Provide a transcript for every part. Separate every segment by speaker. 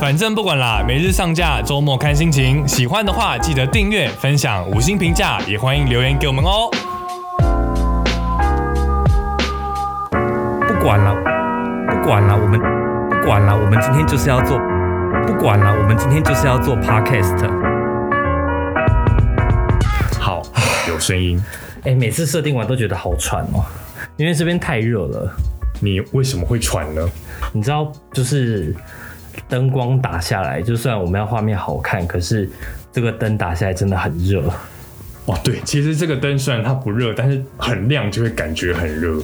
Speaker 1: 反正不管啦，每日上架，周末看心情。喜欢的话记得订阅、分享、五星评价，也欢迎留言给我们哦。
Speaker 2: 不管了，不管了，我们不管了，我们今天就是要做，不管了，我们今天就是要做 podcast。
Speaker 1: 好，有声音。
Speaker 2: 哎、每次设定完都觉得好喘哦，因为这边太热了。
Speaker 1: 你为什么会喘呢？
Speaker 2: 你知道，就是灯光打下来，就算我们要画面好看，可是这个灯打下来真的很热。
Speaker 1: 哦，对，其实这个灯虽然它不热，但是很亮就会感觉很热。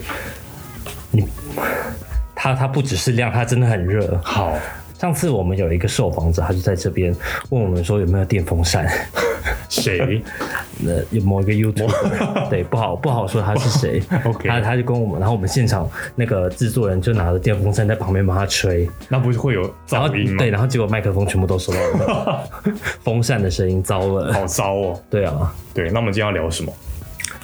Speaker 2: 它它不只是亮，它真的很热。
Speaker 1: 好，
Speaker 2: 上次我们有一个受访者，他就在这边问我们说有没有电风扇。
Speaker 1: 谁？
Speaker 2: 呃，有某一个 YouTube，对，不好不好说他是谁
Speaker 1: OK
Speaker 2: 他他就跟我们，然后我们现场那个制作人就拿着电风扇在旁边帮他吹，
Speaker 1: 那不是会有
Speaker 2: 然后
Speaker 1: 噪音吗？
Speaker 2: 对，然后结果麦克风全部都收到 了风扇的声音，糟了，
Speaker 1: 好糟哦。
Speaker 2: 对啊，
Speaker 1: 对，那我们今天要聊什么？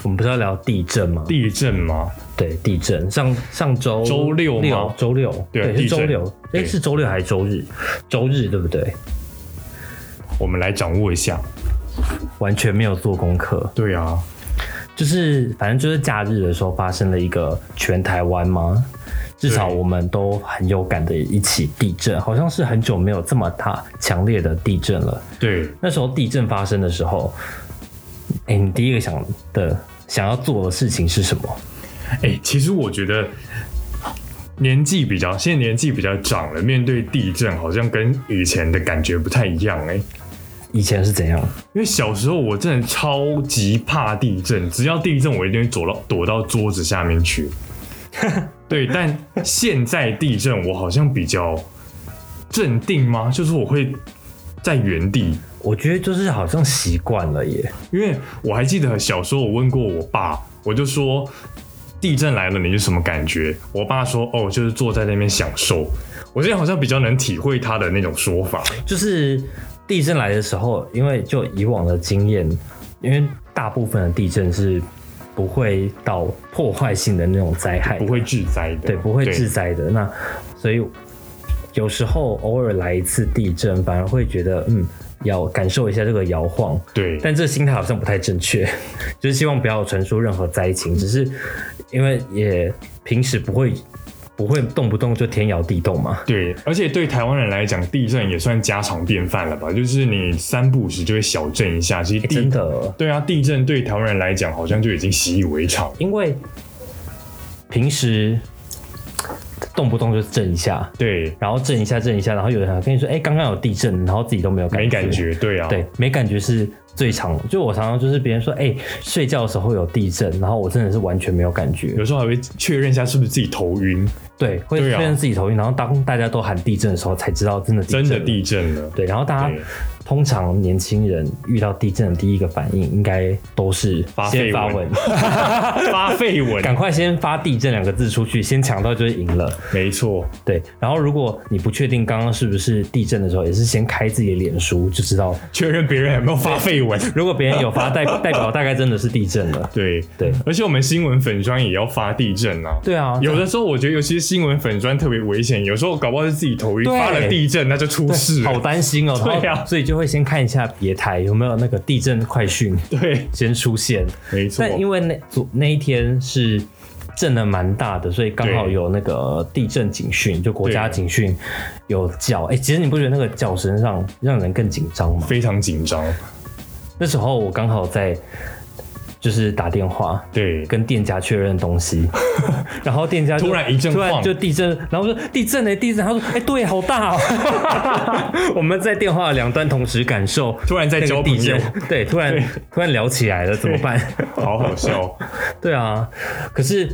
Speaker 2: 我们不是要聊地震吗？
Speaker 1: 地震吗？
Speaker 2: 对，地震上上周
Speaker 1: 周六吗
Speaker 2: 周六
Speaker 1: 对
Speaker 2: 是
Speaker 1: 地震
Speaker 2: 周六，哎
Speaker 1: 对
Speaker 2: 是周六还是周日？周日对不对？
Speaker 1: 我们来掌握一下。
Speaker 2: 完全没有做功课，
Speaker 1: 对啊，
Speaker 2: 就是反正就是假日的时候发生了一个全台湾吗？至少
Speaker 1: 对
Speaker 2: 我们都很有感的一起地震，好像是很久没有这么大强烈的地震了。
Speaker 1: 对，
Speaker 2: 那时候地震发生的时候，哎、你第一个想的想要做的事情是什么？
Speaker 1: 哎、其实我觉得年纪比较，现在年纪比较长了，面对地震好像跟以前的感觉不太一样哎、
Speaker 2: 以前是怎样？
Speaker 1: 因为小时候我真的超级怕地震，只要地震我一定会躲到躲到桌子下面去。对，但现在地震我好像比较镇定吗？就是我会在原地
Speaker 2: 我觉得就是好像习惯了耶。
Speaker 1: 因为我还记得小时候我问过我爸，我就说地震来了你是什么感觉？我爸说哦，就是坐在那边享受。我现在好像比较能体会他的那种说法。
Speaker 2: 就是地震来的时候，因为就以往的经验，因为大部分的地震是不会到破坏性的那种灾害，
Speaker 1: 不会致灾的，
Speaker 2: 对，不会致灾的。那所以有时候偶尔来一次地震，反而会觉得嗯，要感受一下这个摇晃。
Speaker 1: 对，对
Speaker 2: 但这心态好像不太正确， 就是希望不要传输任何灾
Speaker 1: 嗯
Speaker 2: 情，只是因为也平时不会不会动不动就天摇地动嘛。
Speaker 1: 对，而且对台湾人来讲，地震也算家常便饭了吧？就是你三不五时就会小震一下，其实
Speaker 2: 诶
Speaker 1: 地、
Speaker 2: 欸真的，
Speaker 1: 对啊，地震对台湾人来讲好像就已经习以为常。
Speaker 2: 因为平时动不动就震一下，
Speaker 1: 对，
Speaker 2: 然后震一下震一下，然后有人还跟你说：“哎、刚刚有地震。”然后自己都没有感觉，
Speaker 1: 没感。觉，对啊，
Speaker 2: 对，没感觉是最常。就我常常就是别人说：“哎、睡觉的时候有地震。”然后我真的是完全没有感觉。
Speaker 1: 有时候还会确认一下是不是自己头晕，
Speaker 2: 对，会
Speaker 1: 对
Speaker 2: 确
Speaker 1: 啊
Speaker 2: 认自己头晕，然后当大家都喊地震的时候，才知道真的地震
Speaker 1: 真
Speaker 2: 了
Speaker 1: 的地震了。
Speaker 2: 对，然后大家
Speaker 1: 对
Speaker 2: 通常年轻人遇到地震的第一个反应，应该都是
Speaker 1: 发
Speaker 2: 先
Speaker 1: 绯
Speaker 2: 发
Speaker 1: 闻
Speaker 2: 文，
Speaker 1: 发绯闻，
Speaker 2: 赶快先发地震两个字出去，先抢到就是赢了。
Speaker 1: 没错，
Speaker 2: 对，然后如果你不确定刚刚是不是地震的时候，也是先开自己的脸书就知道。
Speaker 1: 确认别人有没有发绯闻。
Speaker 2: 如果别人有发代代表，大概真的是地震了。
Speaker 1: 对
Speaker 2: 对
Speaker 1: 而且我们新闻粉砖也要发地震啊。
Speaker 2: 对啊，
Speaker 1: 有的时候我觉得，尤其是新闻粉砖特别危险，有时候搞不好是自己头晕
Speaker 2: 对
Speaker 1: 发了地震，那就出事
Speaker 2: 好
Speaker 1: 了。
Speaker 2: 担心哦。
Speaker 1: 对啊
Speaker 2: 然后所以就会先看一下别台有没有那个地震快讯
Speaker 1: 对，
Speaker 2: 先出现。
Speaker 1: 没错
Speaker 2: 但。因为那昨那一天是震的蛮大的，所以刚好
Speaker 1: 对
Speaker 2: 有那个地震警讯，就国家
Speaker 1: 对
Speaker 2: 警讯有叫。哎、其实你不觉得那个叫声让让人更紧张吗？
Speaker 1: 非常紧张，
Speaker 2: 那时候我刚好在就是打电话，
Speaker 1: 对，
Speaker 2: 跟店家确认东西， 然后店家就
Speaker 1: 突然一阵
Speaker 2: 突
Speaker 1: 晃
Speaker 2: 然就地震，然后说地震呢、地震，他说哎、对，好 大 哦。我们在电话两端同时感受，
Speaker 1: 突然在交
Speaker 2: 地
Speaker 1: 朋友
Speaker 2: 震，，对，突然突然聊起来了，怎么办？
Speaker 1: 好好笑。
Speaker 2: 对啊，可是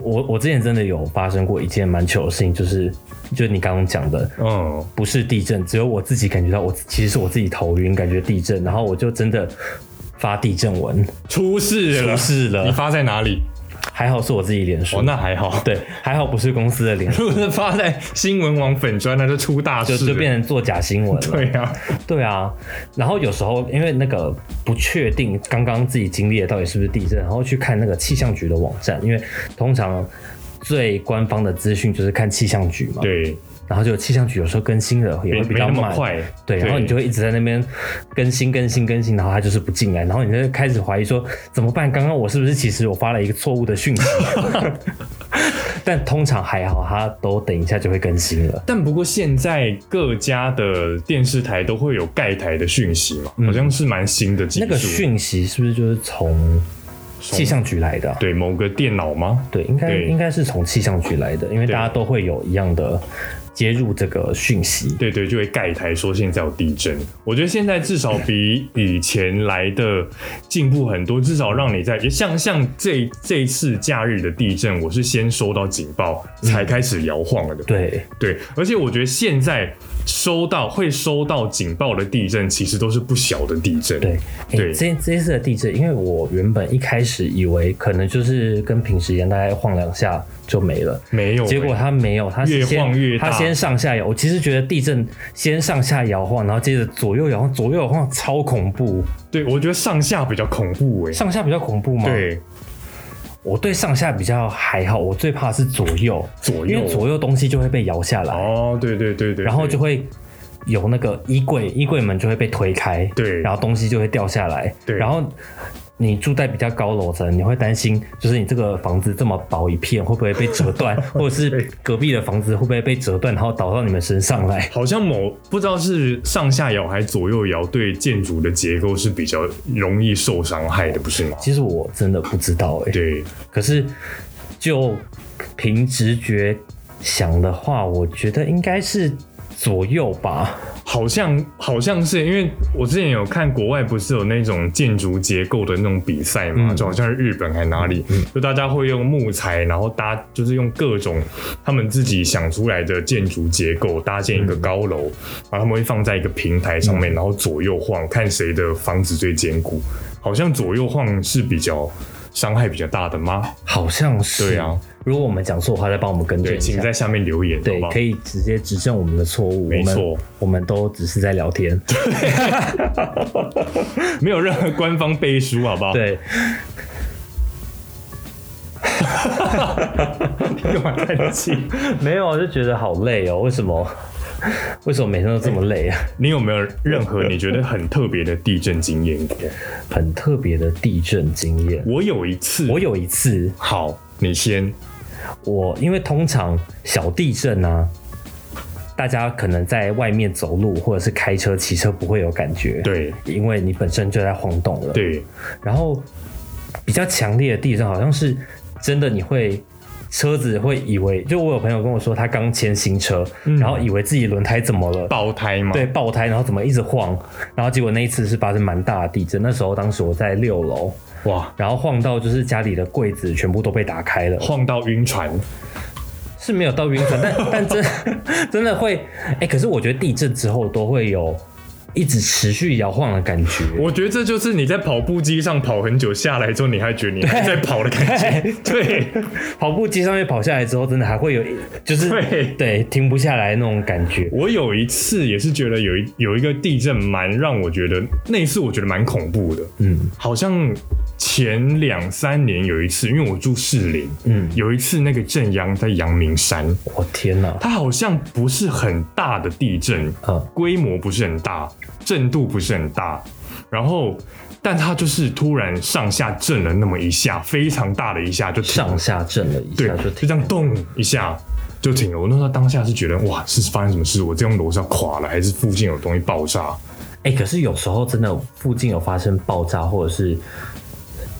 Speaker 2: 我我之前真的有发生过一件蛮糗的事情，就是就是你刚刚讲的，
Speaker 1: 嗯，
Speaker 2: 不是地震，只有我自己感觉到我，其实是我自己头晕，感觉地震，然后我就真的发地震文，
Speaker 1: 出事了，
Speaker 2: 出事
Speaker 1: 你
Speaker 2: 了，
Speaker 1: 发在哪里？
Speaker 2: 还好是我自己脸书
Speaker 1: 哦，，那还好。
Speaker 2: 对，还好不是公司的脸书，
Speaker 1: 如果是发在新闻网粉砖，那就出大
Speaker 2: 就
Speaker 1: 事
Speaker 2: 就
Speaker 1: 了。
Speaker 2: 变成做假新闻了。
Speaker 1: 对啊，
Speaker 2: 对啊，然后有时候因为那个不确定刚刚自己经历的到底是不是地震，然后去看那个气象局的网站，因为通常最官方的资讯就是看气象局嘛。
Speaker 1: 对，
Speaker 2: 然后就气象局有时候更新了也
Speaker 1: 没
Speaker 2: 会比
Speaker 1: 没
Speaker 2: 较
Speaker 1: 那么
Speaker 2: 慢，
Speaker 1: 快，
Speaker 2: 对，然后你就会一直在那边更新更新更新，然后它就是不进来，然后你就开始怀疑说怎么办？刚刚我是不是其实我发了一个错误的讯息？ 但通常还好，它都等一下就会更新了。
Speaker 1: 但不过现在各家的电视台都会有盖台的讯息嘛，好像是蛮新的技术。
Speaker 2: 嗯那个讯息是不是就是从气象局来的啊、
Speaker 1: 对某个电脑吗？
Speaker 2: 对，应该
Speaker 1: 对
Speaker 2: 应该是从气象局来的，因为
Speaker 1: 对
Speaker 2: 大家都会有一样的接入这个讯息。
Speaker 1: 对对，就会盖台说现在有地震。我觉得现在至少比以前来的进步很多，至少让你在像像这这一次假日的地震，我是先收到警报才开始摇晃了的。
Speaker 2: 对，
Speaker 1: 对，而且我觉得现在收到会收到警报的地震，其实都是不小的地震。
Speaker 2: 对，哎、
Speaker 1: 对
Speaker 2: 这这一次的地震，因为我原本一开始以为可能就是跟平时一样，大概晃两下就没了。
Speaker 1: 没有欸、
Speaker 2: 结果它没有，它是
Speaker 1: 越
Speaker 2: 先
Speaker 1: 晃越大
Speaker 2: 它先上下摇。我其实觉得地震先上下摇晃，然后接着左右摇晃，左右摇晃超恐怖。
Speaker 1: 对我觉得上下比较恐怖哎、
Speaker 2: 上下比较恐怖吗？，
Speaker 1: 对，
Speaker 2: 我对上下比较还好，我最怕是左右，
Speaker 1: 左
Speaker 2: 因
Speaker 1: 右
Speaker 2: 为左右东西就会被摇下来，
Speaker 1: 哦，对对对对，
Speaker 2: 然后就
Speaker 1: 会
Speaker 2: 会有那个衣柜，衣柜门就会被推开，
Speaker 1: 对
Speaker 2: 然后东西就会掉下来，
Speaker 1: 对
Speaker 2: 然后。你住在比较高楼层，你会担心，就是你这个房子这么薄一片，会不会被 折断，或者是隔壁的房子会不会被折断，然后倒到你们身上来？
Speaker 1: 好像某不知道是上下摇还是左右摇，对建筑的结构是比较容易受伤害的，不是吗？
Speaker 2: 其实我真的不知道哎、
Speaker 1: 对，
Speaker 2: 可是就凭直觉想的话，我觉得应该是左右吧。
Speaker 1: 好像好像是因为我之前有看国外不是有那种建筑结构的那种比赛嘛，
Speaker 2: 嗯
Speaker 1: 就好像是日本还哪里，就大家会用木材，然后搭就是用各种他们自己想出来的建筑结构搭建一个高楼，
Speaker 2: 嗯
Speaker 1: 然后他们会放在一个平台上面，然后左右晃，看谁的房子最坚固。好像左右晃是比较伤害比较大的吗？
Speaker 2: 好像是。
Speaker 1: 对啊，
Speaker 2: 如果我们讲错的话，再帮我们更正
Speaker 1: 对，
Speaker 2: 一
Speaker 1: 请
Speaker 2: 下。
Speaker 1: 在下面留言，好
Speaker 2: 对
Speaker 1: 不，好
Speaker 2: 可？以直接指正我们的错误。
Speaker 1: 没错
Speaker 2: 我们，我们都只是在聊 天。
Speaker 1: 没有任何官方背书，好不 好？，
Speaker 2: 对，
Speaker 1: 干嘛叹气？
Speaker 2: 没有，我就觉得好累哦。为什么？ 为什么每天都这么累啊？
Speaker 1: 你有没有任何你觉得很特别的地震经验过？
Speaker 2: 很特别的地震经验。
Speaker 1: 我有一次，
Speaker 2: 我有一次，
Speaker 1: 好，你先，
Speaker 2: 我因为通常小地震啊，大家可能在外面走路或者是开车、骑车不会有感觉，，
Speaker 1: 对
Speaker 2: 因为你本身就在晃动了。，
Speaker 1: 对，
Speaker 2: 然后比较强烈的地震好像是真的，你会车子会以为，就我有朋友跟我说，他刚签新车，然后以为自己轮胎怎么了。
Speaker 1: 爆胎吗？
Speaker 2: 对，爆胎，然后怎么一直晃，然后结果那一次是发生蛮大的地震。那时候当时我在六楼，
Speaker 1: 哇，
Speaker 2: 然后晃到就是家里的柜子全部都被打开了，
Speaker 1: 晃到晕船，
Speaker 2: 是没有到晕船，但 但真真的会，哎、可是我觉得地震之后都会有一直持续摇晃的感觉。
Speaker 1: 我觉得这就是你在跑步机上跑很久下来之后，你还觉得你还在跑的感觉， 对
Speaker 2: 跑步机上面跑下来之后，真的还会有一，就是
Speaker 1: 对
Speaker 2: 停不下来那种感觉。
Speaker 1: 我有一次也是觉得有一有一个地震蛮让我觉得那一次我觉得蛮恐怖的，
Speaker 2: 嗯
Speaker 1: 好像前两三年有一次，因为我住士林，
Speaker 2: 嗯，
Speaker 1: 有一次那个震央在阳明山，
Speaker 2: 我哦天哪，
Speaker 1: 它好像不是很大的地震，
Speaker 2: 嗯
Speaker 1: 规模不是很大，震度不是很大，然后但它就是突然上下震了那么一下，非常大的一下就停了
Speaker 2: 上下震了一
Speaker 1: 对
Speaker 2: 下就，
Speaker 1: 就
Speaker 2: 停。
Speaker 1: 这样动一下就停了。我那时候当下是觉得哇，是发生什么事？我这栋楼是要垮了，还是附近有东西爆炸？
Speaker 2: 哎、可是有时候真的附近有发生爆炸或者是。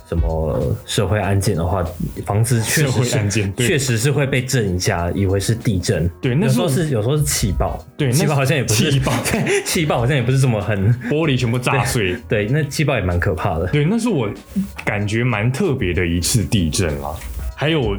Speaker 2: 什么社会案件的话，房子确
Speaker 1: 社
Speaker 2: 实
Speaker 1: 会
Speaker 2: 是
Speaker 1: 案件对
Speaker 2: 确实是会被震一下，以为是地震。
Speaker 1: 对那
Speaker 2: 有时候
Speaker 1: 时候
Speaker 2: 是有时候是气爆，
Speaker 1: 对那
Speaker 2: 气爆好像也不是
Speaker 1: 气爆
Speaker 2: 对 气爆好像也不是这么很
Speaker 1: 玻璃全部炸碎。
Speaker 2: 对，那气爆也蛮可怕的。
Speaker 1: 对，那是我感觉蛮特别的一次地震啦。还有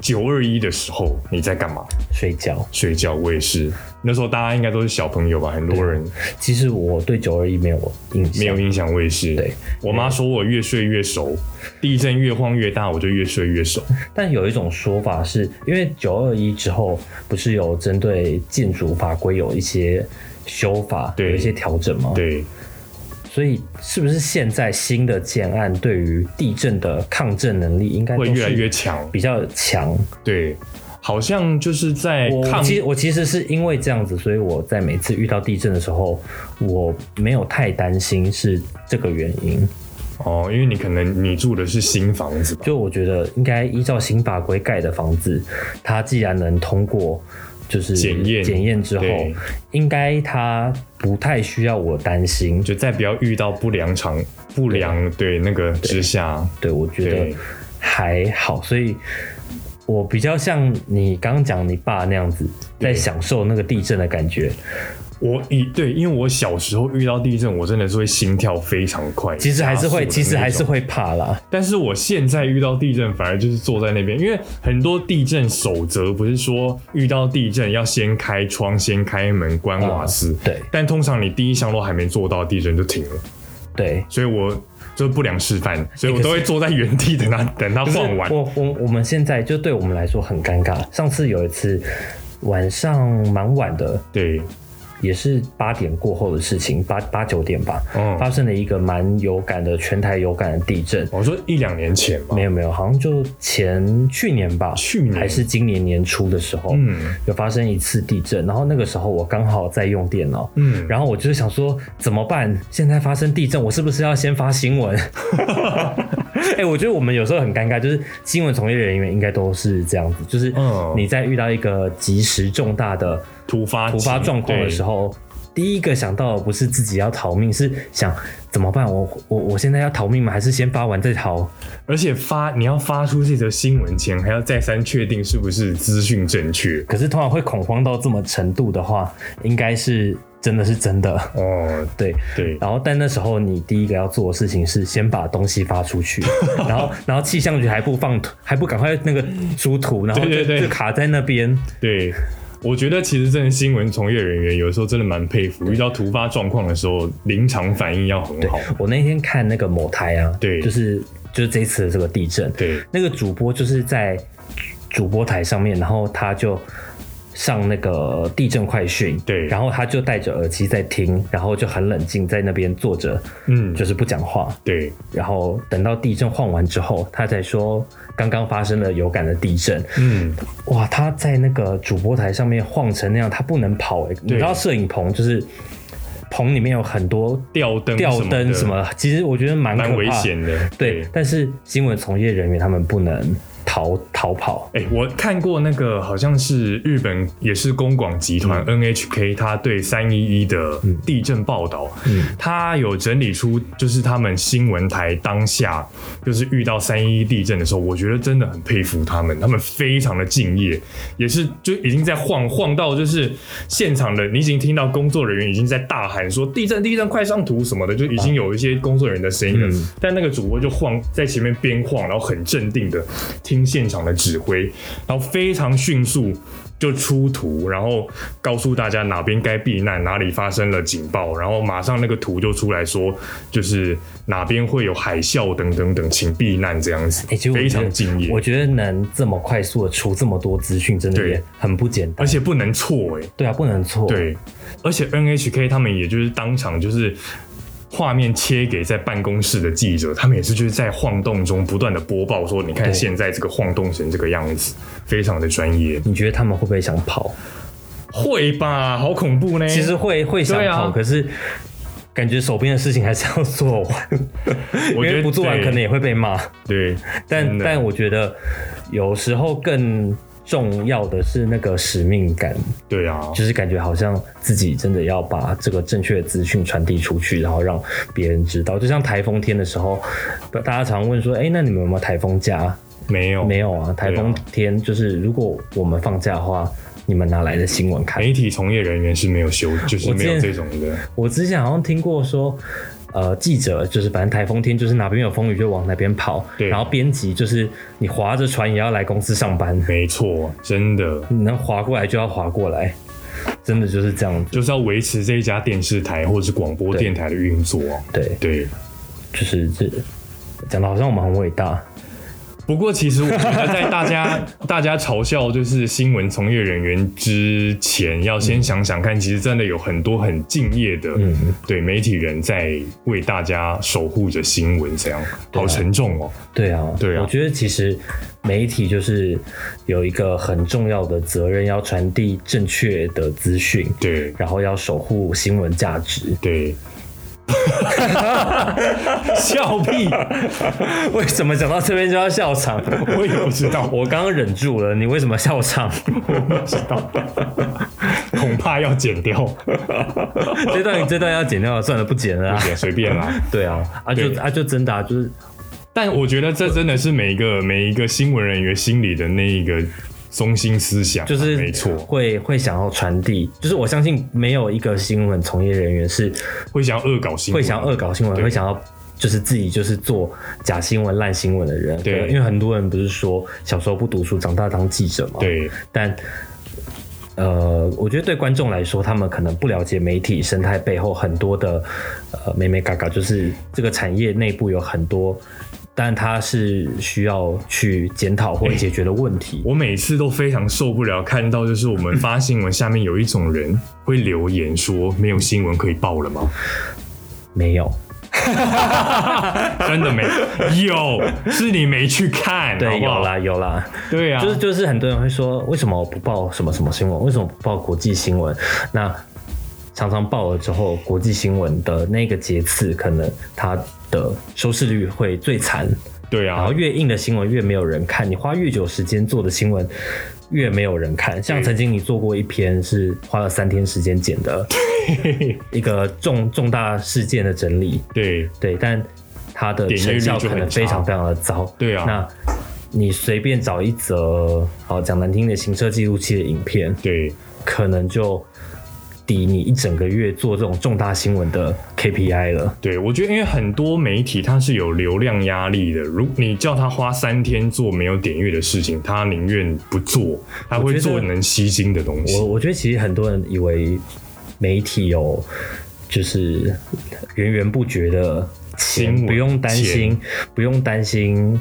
Speaker 1: 九二一的时候，你在干嘛？
Speaker 2: 睡觉，
Speaker 1: 睡觉，我也是。那时候大家应该都是小朋友吧，很多人
Speaker 2: 其实我对九二一没有印象，
Speaker 1: 没有印象，我也是。
Speaker 2: 对，
Speaker 1: 我妈说我越睡越熟，地震越晃越大，我就越睡越熟。
Speaker 2: 但有一种说法是，因为九二一之后不是有针对建筑法规有一些修法，
Speaker 1: 对
Speaker 2: 有一些调整吗？，
Speaker 1: 对，
Speaker 2: 所以是不是现在新的建案对于地震的抗震能力应该
Speaker 1: 会
Speaker 2: 都是
Speaker 1: 越来越强。
Speaker 2: 比较强？
Speaker 1: 对，好像就是在
Speaker 2: 我我
Speaker 1: 哎抗
Speaker 2: 其实我其实是因为这样子，所以我在每次遇到地震的时候，我没有太担心是这个原因。
Speaker 1: 哦，因为你可能你住的是新房子吧？
Speaker 2: 就我觉得应该依照新法规盖的房子，它既然能通过就是
Speaker 1: 检验
Speaker 2: 检验之后
Speaker 1: 对，
Speaker 2: 应该它不太需要我担心。
Speaker 1: 就再不要遇到不良场不良对那个之下，
Speaker 2: 对我觉
Speaker 1: 对
Speaker 2: 得还好，所以我比较像你刚刚讲你爸那样子，在享受那个地震的感觉。
Speaker 1: 我以对，因为我小时候遇到地震，我真的是会心跳非常快，
Speaker 2: 其实还是会，
Speaker 1: 加速的那种
Speaker 2: 其实还是会怕啦。
Speaker 1: 但是我现在遇到地震，反而就是坐在那边，因为很多地震守则不是说遇到地震要先开窗、先开门、关瓦斯，
Speaker 2: 对
Speaker 1: 但通常你第一项都还没做到，地震就停了，
Speaker 2: 对，
Speaker 1: 所以我就是不良示 范，所以我都会坐在原地等它等它
Speaker 2: 就是
Speaker 1: 晃完。
Speaker 2: 我我我们现在就对我们来说很尴尬。上次有一次晚上蛮晚的，
Speaker 1: 对，
Speaker 2: 也是八点过后的事情，八八九点吧，
Speaker 1: 嗯，
Speaker 2: 发生了一个蛮有感的全台有感的地震。
Speaker 1: 我说一两年前吧
Speaker 2: 没，有没有，好像就前去年吧，
Speaker 1: 去年
Speaker 2: 还是今年年初的时候，
Speaker 1: 嗯
Speaker 2: 有发生一次地震，然后那个时候我刚好在用电脑，
Speaker 1: 嗯，
Speaker 2: 然后我就是想说怎么办？现在发生地震，我是不是要先发新 闻？哎、我觉得我们有时候很尴尬，就是新闻从业人员应该都是这样子，就是
Speaker 1: 嗯
Speaker 2: 你在遇到一个及时重大的
Speaker 1: 突发
Speaker 2: 突发
Speaker 1: 情
Speaker 2: 状况的
Speaker 1: 对
Speaker 2: 时候。第一个想到的不是自己要逃命，是想怎么办？我我我现在要逃命吗？还是先发完再逃？
Speaker 1: 而且发你要发出这则新闻前，还要再三确定是不是资讯正确。
Speaker 2: 可是通常会恐慌到这么程度的话，应该是真的是真的。
Speaker 1: 哦，
Speaker 2: 对，
Speaker 1: 对，
Speaker 2: 然后，但那时候你第一个要做的事情是先把东西发出 去，然后，然后气象局还不放图，还不赶快那个出图，然后就
Speaker 1: 对对对
Speaker 2: 就卡在那边。
Speaker 1: 对，我觉得其实真的新闻从业人员有时候真的蛮佩服，遇到突发状况的时候，临场反应要很好。
Speaker 2: 我那天看那个某台啊，
Speaker 1: 对
Speaker 2: 就是就是这一次的这个地震，
Speaker 1: 对，
Speaker 2: 那个主播就是在主播台上面，然后他就上那个地震快讯，
Speaker 1: 对
Speaker 2: 然后他就戴着耳机在听，然后就很冷静在那边坐着，
Speaker 1: 嗯，
Speaker 2: 就是不讲话，
Speaker 1: 对，
Speaker 2: 然后等到地震晃完之后，他才说刚刚发生了有感的地震。
Speaker 1: 嗯，
Speaker 2: 哇，他在那个主播台上面晃成那样，他不能跑哎、你知道摄影棚就是棚里面有很多
Speaker 1: 吊灯
Speaker 2: 吊
Speaker 1: 么
Speaker 2: 灯
Speaker 1: 的
Speaker 2: 什，么，其实我觉得蛮可
Speaker 1: 蛮
Speaker 2: 怕
Speaker 1: 危险的。
Speaker 2: 对，但是新闻从业人员他们不能逃逃跑。
Speaker 1: 哎、我看过那个，好像是日本也是公广集团 NHK，他对三一一的地震报道，他有整理出就是他们新闻台当下就是遇到三一一地震的时候，我觉得真的很佩服他们，他们非常的敬业，也是就已经在晃晃到就是现场的，你已经听到工作人员已经在大喊说地震地震快上图什么的，就已经有一些工作人员的声音了，
Speaker 2: 啊嗯
Speaker 1: 但那个主播就晃在前面边晃，然后很镇定的听现场的指挥，然后非常迅速就出图，然后告诉大家哪边该避难，哪里发生了警报，然后马上那个图就出来说，就是哪边会有海啸等等等，请避难这样子，
Speaker 2: 哎、其实我觉
Speaker 1: 非
Speaker 2: 得
Speaker 1: 常敬业
Speaker 2: 我，觉得能这么快速的出这么多资讯，真的
Speaker 1: 对
Speaker 2: 也很不简单
Speaker 1: 而。且不能错哎、
Speaker 2: 对啊，不能错。，
Speaker 1: 对，而且 NHK 他们也就是当场就是。画面切给在办公室的记者，他们也是就是在晃动中不断的播报说，你看
Speaker 2: 对
Speaker 1: 现在这个晃动成这个样子，非常的专业，
Speaker 2: 你觉得他们会不会想跑？
Speaker 1: 会吧？好恐怖呢！
Speaker 2: 其实会会想
Speaker 1: 对啊
Speaker 2: 跑，可是感觉手边的事情还是要做完，
Speaker 1: 我觉
Speaker 2: 因
Speaker 1: 得
Speaker 2: 为不做完
Speaker 1: 对
Speaker 2: 可能也会被骂。
Speaker 1: 对，真
Speaker 2: 但
Speaker 1: 的
Speaker 2: 但我觉得有时候更重要的是那个使命感，
Speaker 1: 对啊，
Speaker 2: 就是感觉好像自己真的要把这个正确的资讯传递出去，然后让别人知道。就像台风天的时候，大家常问说：“哎、那你们有没有台风假？”
Speaker 1: 没有
Speaker 2: 没有啊，台风天就是如果我们放假的话，你们哪来的新闻看？
Speaker 1: 媒体从业人员是没有休，就是
Speaker 2: 我之
Speaker 1: 没
Speaker 2: 前
Speaker 1: 有这种的。
Speaker 2: 我之前好像听过说，呃，记者就是反正台风天就是哪边有风雨就往哪边跑，
Speaker 1: 对
Speaker 2: 然后编辑就是你划着船也要来公司上班，
Speaker 1: 没错，真的
Speaker 2: 你能划过来就要划过来，真的就是这样子。
Speaker 1: 就是要维持这一家电视台或者是广播电台的运作。
Speaker 2: 对，
Speaker 1: 对，
Speaker 2: 就是这讲的好像我们很伟大，
Speaker 1: 不过其实我觉得，在大家 大家嘲笑就是新闻从业人员之前，要先想想看，其实真的有很多很敬业的、
Speaker 2: 嗯，
Speaker 1: 对媒体人在为大家守护着新闻，这样
Speaker 2: 对
Speaker 1: 好
Speaker 2: 啊
Speaker 1: 沉重哦。
Speaker 2: 对啊，
Speaker 1: 对啊
Speaker 2: 我觉得其实媒体就是有一个很重要的责任，要传递正确的资讯，
Speaker 1: 对
Speaker 2: 然后要守护新闻价值。
Speaker 1: 对， 笑屁，
Speaker 2: 为什么讲到这边就要笑场？
Speaker 1: 我也不知道，
Speaker 2: 我刚刚忍住了，你为什么笑场？
Speaker 1: 恐怕要剪掉，
Speaker 2: 这段这段要剪掉了，算了，不剪了啊。
Speaker 1: 剪随便啦。
Speaker 2: 对啊，啊 就
Speaker 1: 对
Speaker 2: 啊就真的、啊、就是
Speaker 1: 但我觉得这真的是每一个每一个新闻人员心里的那一个中心思想啊，
Speaker 2: 就是
Speaker 1: 没错，
Speaker 2: 会会想要传递，就是我相信没有一个新闻从业人员是
Speaker 1: 会想要恶搞新闻，
Speaker 2: 会想要恶搞新闻，
Speaker 1: 对
Speaker 2: 会想要就是自己就是做假新闻、烂新闻的人。
Speaker 1: 对
Speaker 2: 因为很多人不是说小时候不读书，长大当记者嘛。，
Speaker 1: 对
Speaker 2: 但。呃，我觉得对观众来说，他们可能不了解媒体生态背后很多的呃，美美嘎嘎，就是这个产业内部有很多，但它是需要去检讨或解决的问题。
Speaker 1: 我每次都非常受不了看到，就是我们发新闻下面有一种人 会留言说没有新闻可以报了吗？
Speaker 2: 没有，
Speaker 1: 真的没有，是你没去看，好
Speaker 2: 对，
Speaker 1: 不好
Speaker 2: 有，啦有啦，
Speaker 1: 对啊，
Speaker 2: 就是就是很多人会说，为什么不报什么什么新闻？为什么不报国际新闻？那常常报了之后，国际新闻的那个节次，可能它的收视率会最惨，
Speaker 1: 对
Speaker 2: 然
Speaker 1: 啊
Speaker 2: 后，越硬的新闻越没有人看，你花越久时间做的新闻。越没有人看，像
Speaker 1: 对
Speaker 2: 曾经你做过一篇是花了三天时间剪的一个重重大事件的整理，
Speaker 1: 对
Speaker 2: 对，但它的
Speaker 1: 点阅
Speaker 2: 成
Speaker 1: 率
Speaker 2: 效
Speaker 1: 就
Speaker 2: 可
Speaker 1: 很
Speaker 2: 能非
Speaker 1: 差
Speaker 2: 常非常的糟。
Speaker 1: 对啊
Speaker 2: 那你随便找一则好讲难听的行车记录器的影片，
Speaker 1: 对
Speaker 2: 可能就抵你一整个月做这种重大新闻的 KPI 了。
Speaker 1: 对，我觉得因为很多媒体它是有流量压力的，如你叫他花三天做没有点阅的事情，他宁愿不做，他会
Speaker 2: 我
Speaker 1: 做
Speaker 2: 觉得
Speaker 1: 能吸睛的东
Speaker 2: 我
Speaker 1: 西。
Speaker 2: 我觉得其实很多人以为媒体有就是源源不绝的
Speaker 1: 新
Speaker 2: 钱，
Speaker 1: 闻
Speaker 2: 不用担心，不用担心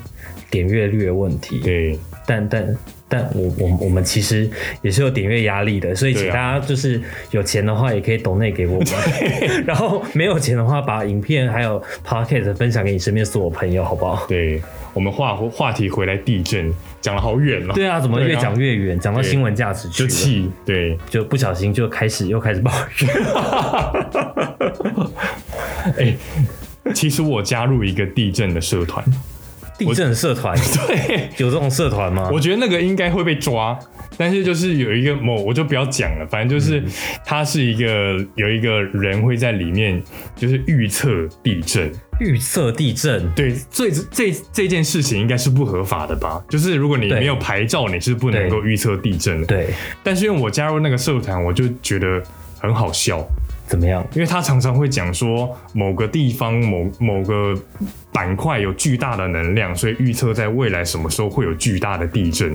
Speaker 2: 点阅率的问题。
Speaker 1: 对
Speaker 2: 但但但我我我们其实也是有点阅压力的，所以
Speaker 1: 对啊
Speaker 2: 请大家就是有钱的话也可以抖内给 我们，然后没有钱的话把影片还有 podcast 分享给你身边所有朋友，好不好？
Speaker 1: 对，我们话话题回来地震，讲了好远了，
Speaker 2: 对啊，怎么越讲越远，讲到
Speaker 1: 对
Speaker 2: 新闻价值去
Speaker 1: 就
Speaker 2: 了，
Speaker 1: 气。对，
Speaker 2: 就不小心就开始又开始抱怨。
Speaker 1: 哎、其实我加入一个地震的社 团，
Speaker 2: 地震社团
Speaker 1: 对。
Speaker 2: 有这种社团吗？
Speaker 1: 我觉得那个应该会被抓，但是就是有一个某，我就不要讲了，反正就是
Speaker 2: 嗯
Speaker 1: 他是一个有一个人会在里面，就是预测地震。
Speaker 2: 预测地震，
Speaker 1: 对，这这这件事情应该是不合法的吧？就是如果你
Speaker 2: 对
Speaker 1: 没有牌照，你是不能够预测地震的。
Speaker 2: 对，
Speaker 1: 但是因为我加入那个社团，我就觉得很好笑，
Speaker 2: 怎么样？
Speaker 1: 因为他常常会讲说某个地方某某个板块有巨大的能量，所以预测在未来什么时候会有巨大的地震。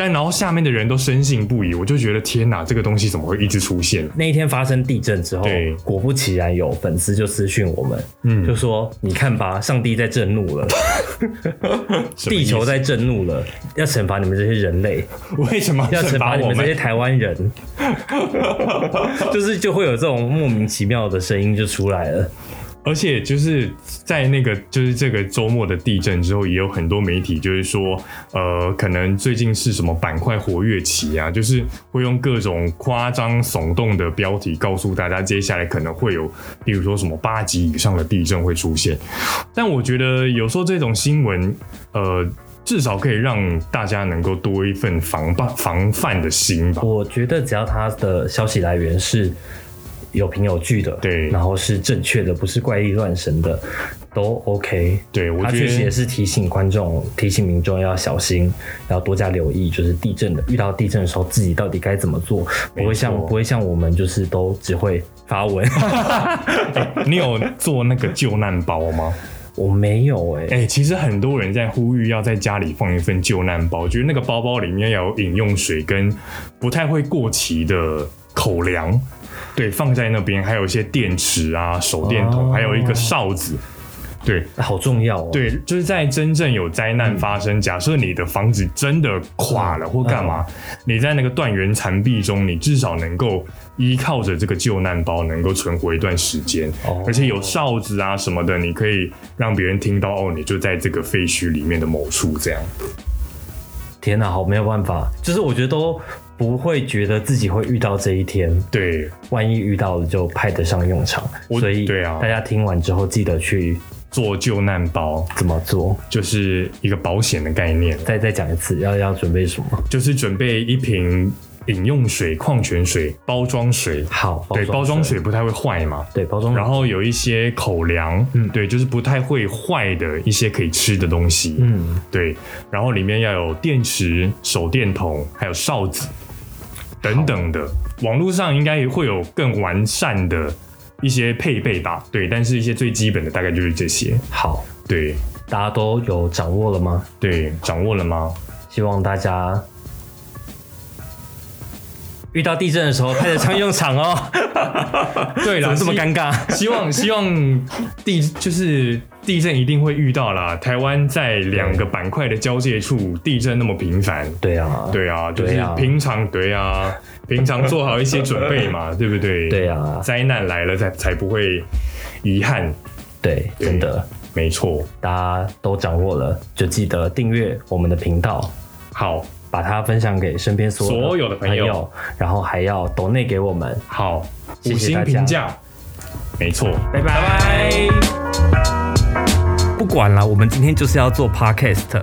Speaker 1: 但然后下面的人都深信不疑，我就觉得天哪，这个东西怎么会一直出现？
Speaker 2: 那一天发生地震之后
Speaker 1: 对，
Speaker 2: 果不其然有粉丝就私讯我们，
Speaker 1: 嗯
Speaker 2: 就说你看吧，上帝在震怒了，地球在震怒了，要惩罚你们这些人类，
Speaker 1: 为什么
Speaker 2: 要惩罚你
Speaker 1: 我
Speaker 2: 们这些
Speaker 1: 们？
Speaker 2: 台湾人， 就是就会有这种莫名其妙的声音就出来了。
Speaker 1: 而且就是在那个就是这个周末的地震之后，也有很多媒体就是说，呃，可能最近是什么板块活跃期啊，就是会用各种夸张耸动的标题告诉大家，接下来可能会有，比如说什么八级以上的地震会出现。但我觉得有时候这种新闻，呃，至少可以让大家能够多一份防范防范的心吧。
Speaker 2: 我觉得只要它的消息来源是有凭有据的，
Speaker 1: 对
Speaker 2: 然后是正确的，不是怪力乱神的，都 OK。
Speaker 1: 对，我
Speaker 2: 它
Speaker 1: 觉
Speaker 2: 确实也
Speaker 1: 得
Speaker 2: 是提醒观众、提醒民众要小心，要多加留意，就是地震的遇到地震的时候，自己到底该怎么做，不
Speaker 1: 没
Speaker 2: 会像
Speaker 1: 错
Speaker 2: 不会像我们就是都只会发文，
Speaker 1: 你有做那个救难包吗？
Speaker 2: 我没有哎、
Speaker 1: 哎、其实很多人在呼吁要在家里放一份救难包，就是那个包包里面要有饮用水跟不太会过期的口粮，对，放在那边，还有一些电池啊、手电筒，
Speaker 2: 哦
Speaker 1: 还有一个哨子。对
Speaker 2: 好重要哦。，
Speaker 1: 对，就是在真正有灾难发生，假设你的房子真的垮了或干嘛，你在那个断垣残壁中，你至少能够依靠着这个救难包，能够存活一段时间，
Speaker 2: 哦
Speaker 1: 而且有哨子啊什么的，你可以让别人听到哦，你就在这个废墟里面的某处这样。
Speaker 2: 天哪，好没有办法，就是我觉得都不会觉得自己会遇到这一天，
Speaker 1: 对，
Speaker 2: 万一遇到了就派得上用场。
Speaker 1: 我
Speaker 2: 所以
Speaker 1: 对啊
Speaker 2: 大家听完之后记得去
Speaker 1: 做救难包
Speaker 2: 怎么做，
Speaker 1: 就是一个保险的概念，
Speaker 2: 再再讲一次，要要准备什么？
Speaker 1: 就是准备一瓶饮用水、矿泉水、包装水。
Speaker 2: 好，
Speaker 1: 对，包装，水不太会坏嘛。
Speaker 2: 对包装水，
Speaker 1: 然后有一些口粮，
Speaker 2: 嗯
Speaker 1: 对，就是不太会坏的一些可以吃的东西，
Speaker 2: 嗯，
Speaker 1: 对。然后里面要有电池、手电筒，还有哨子等等的。网络上应该也会有更完善的一些配备吧，对。但是一些最基本的大概就是这些，
Speaker 2: 好，
Speaker 1: 对
Speaker 2: 大家都有掌握了吗？
Speaker 1: 对，掌握了吗？
Speaker 2: 希望大家遇到地震的时候派得上用场哦。
Speaker 1: 对啊
Speaker 2: 怎
Speaker 1: 啦，
Speaker 2: 么这么
Speaker 1: 希
Speaker 2: 尴尬？
Speaker 1: 希望希望地就是地震一定会遇到啦。台湾在两个板块的交界处，地震那么频繁，
Speaker 2: 对啊，
Speaker 1: 对啊，就是
Speaker 2: 对啊
Speaker 1: 平常对 啊，平常做好一些准备嘛，对不对？
Speaker 2: 对啊，
Speaker 1: 灾难来了才才不会遗憾，
Speaker 2: 对，
Speaker 1: 对
Speaker 2: 真的，
Speaker 1: 没错。
Speaker 2: 大家都掌握了，就记得订阅我们的频道，
Speaker 1: 好，
Speaker 2: 把它分享给身边所
Speaker 1: 所有的
Speaker 2: 朋
Speaker 1: 朋友，
Speaker 2: 然后还要抖内给我们。
Speaker 1: 好，
Speaker 2: 谢
Speaker 1: 五
Speaker 2: 谢
Speaker 1: 星
Speaker 2: 大家
Speaker 1: 评价，没错，拜拜
Speaker 2: 拜不管啦，我们今天就是要做 podcast。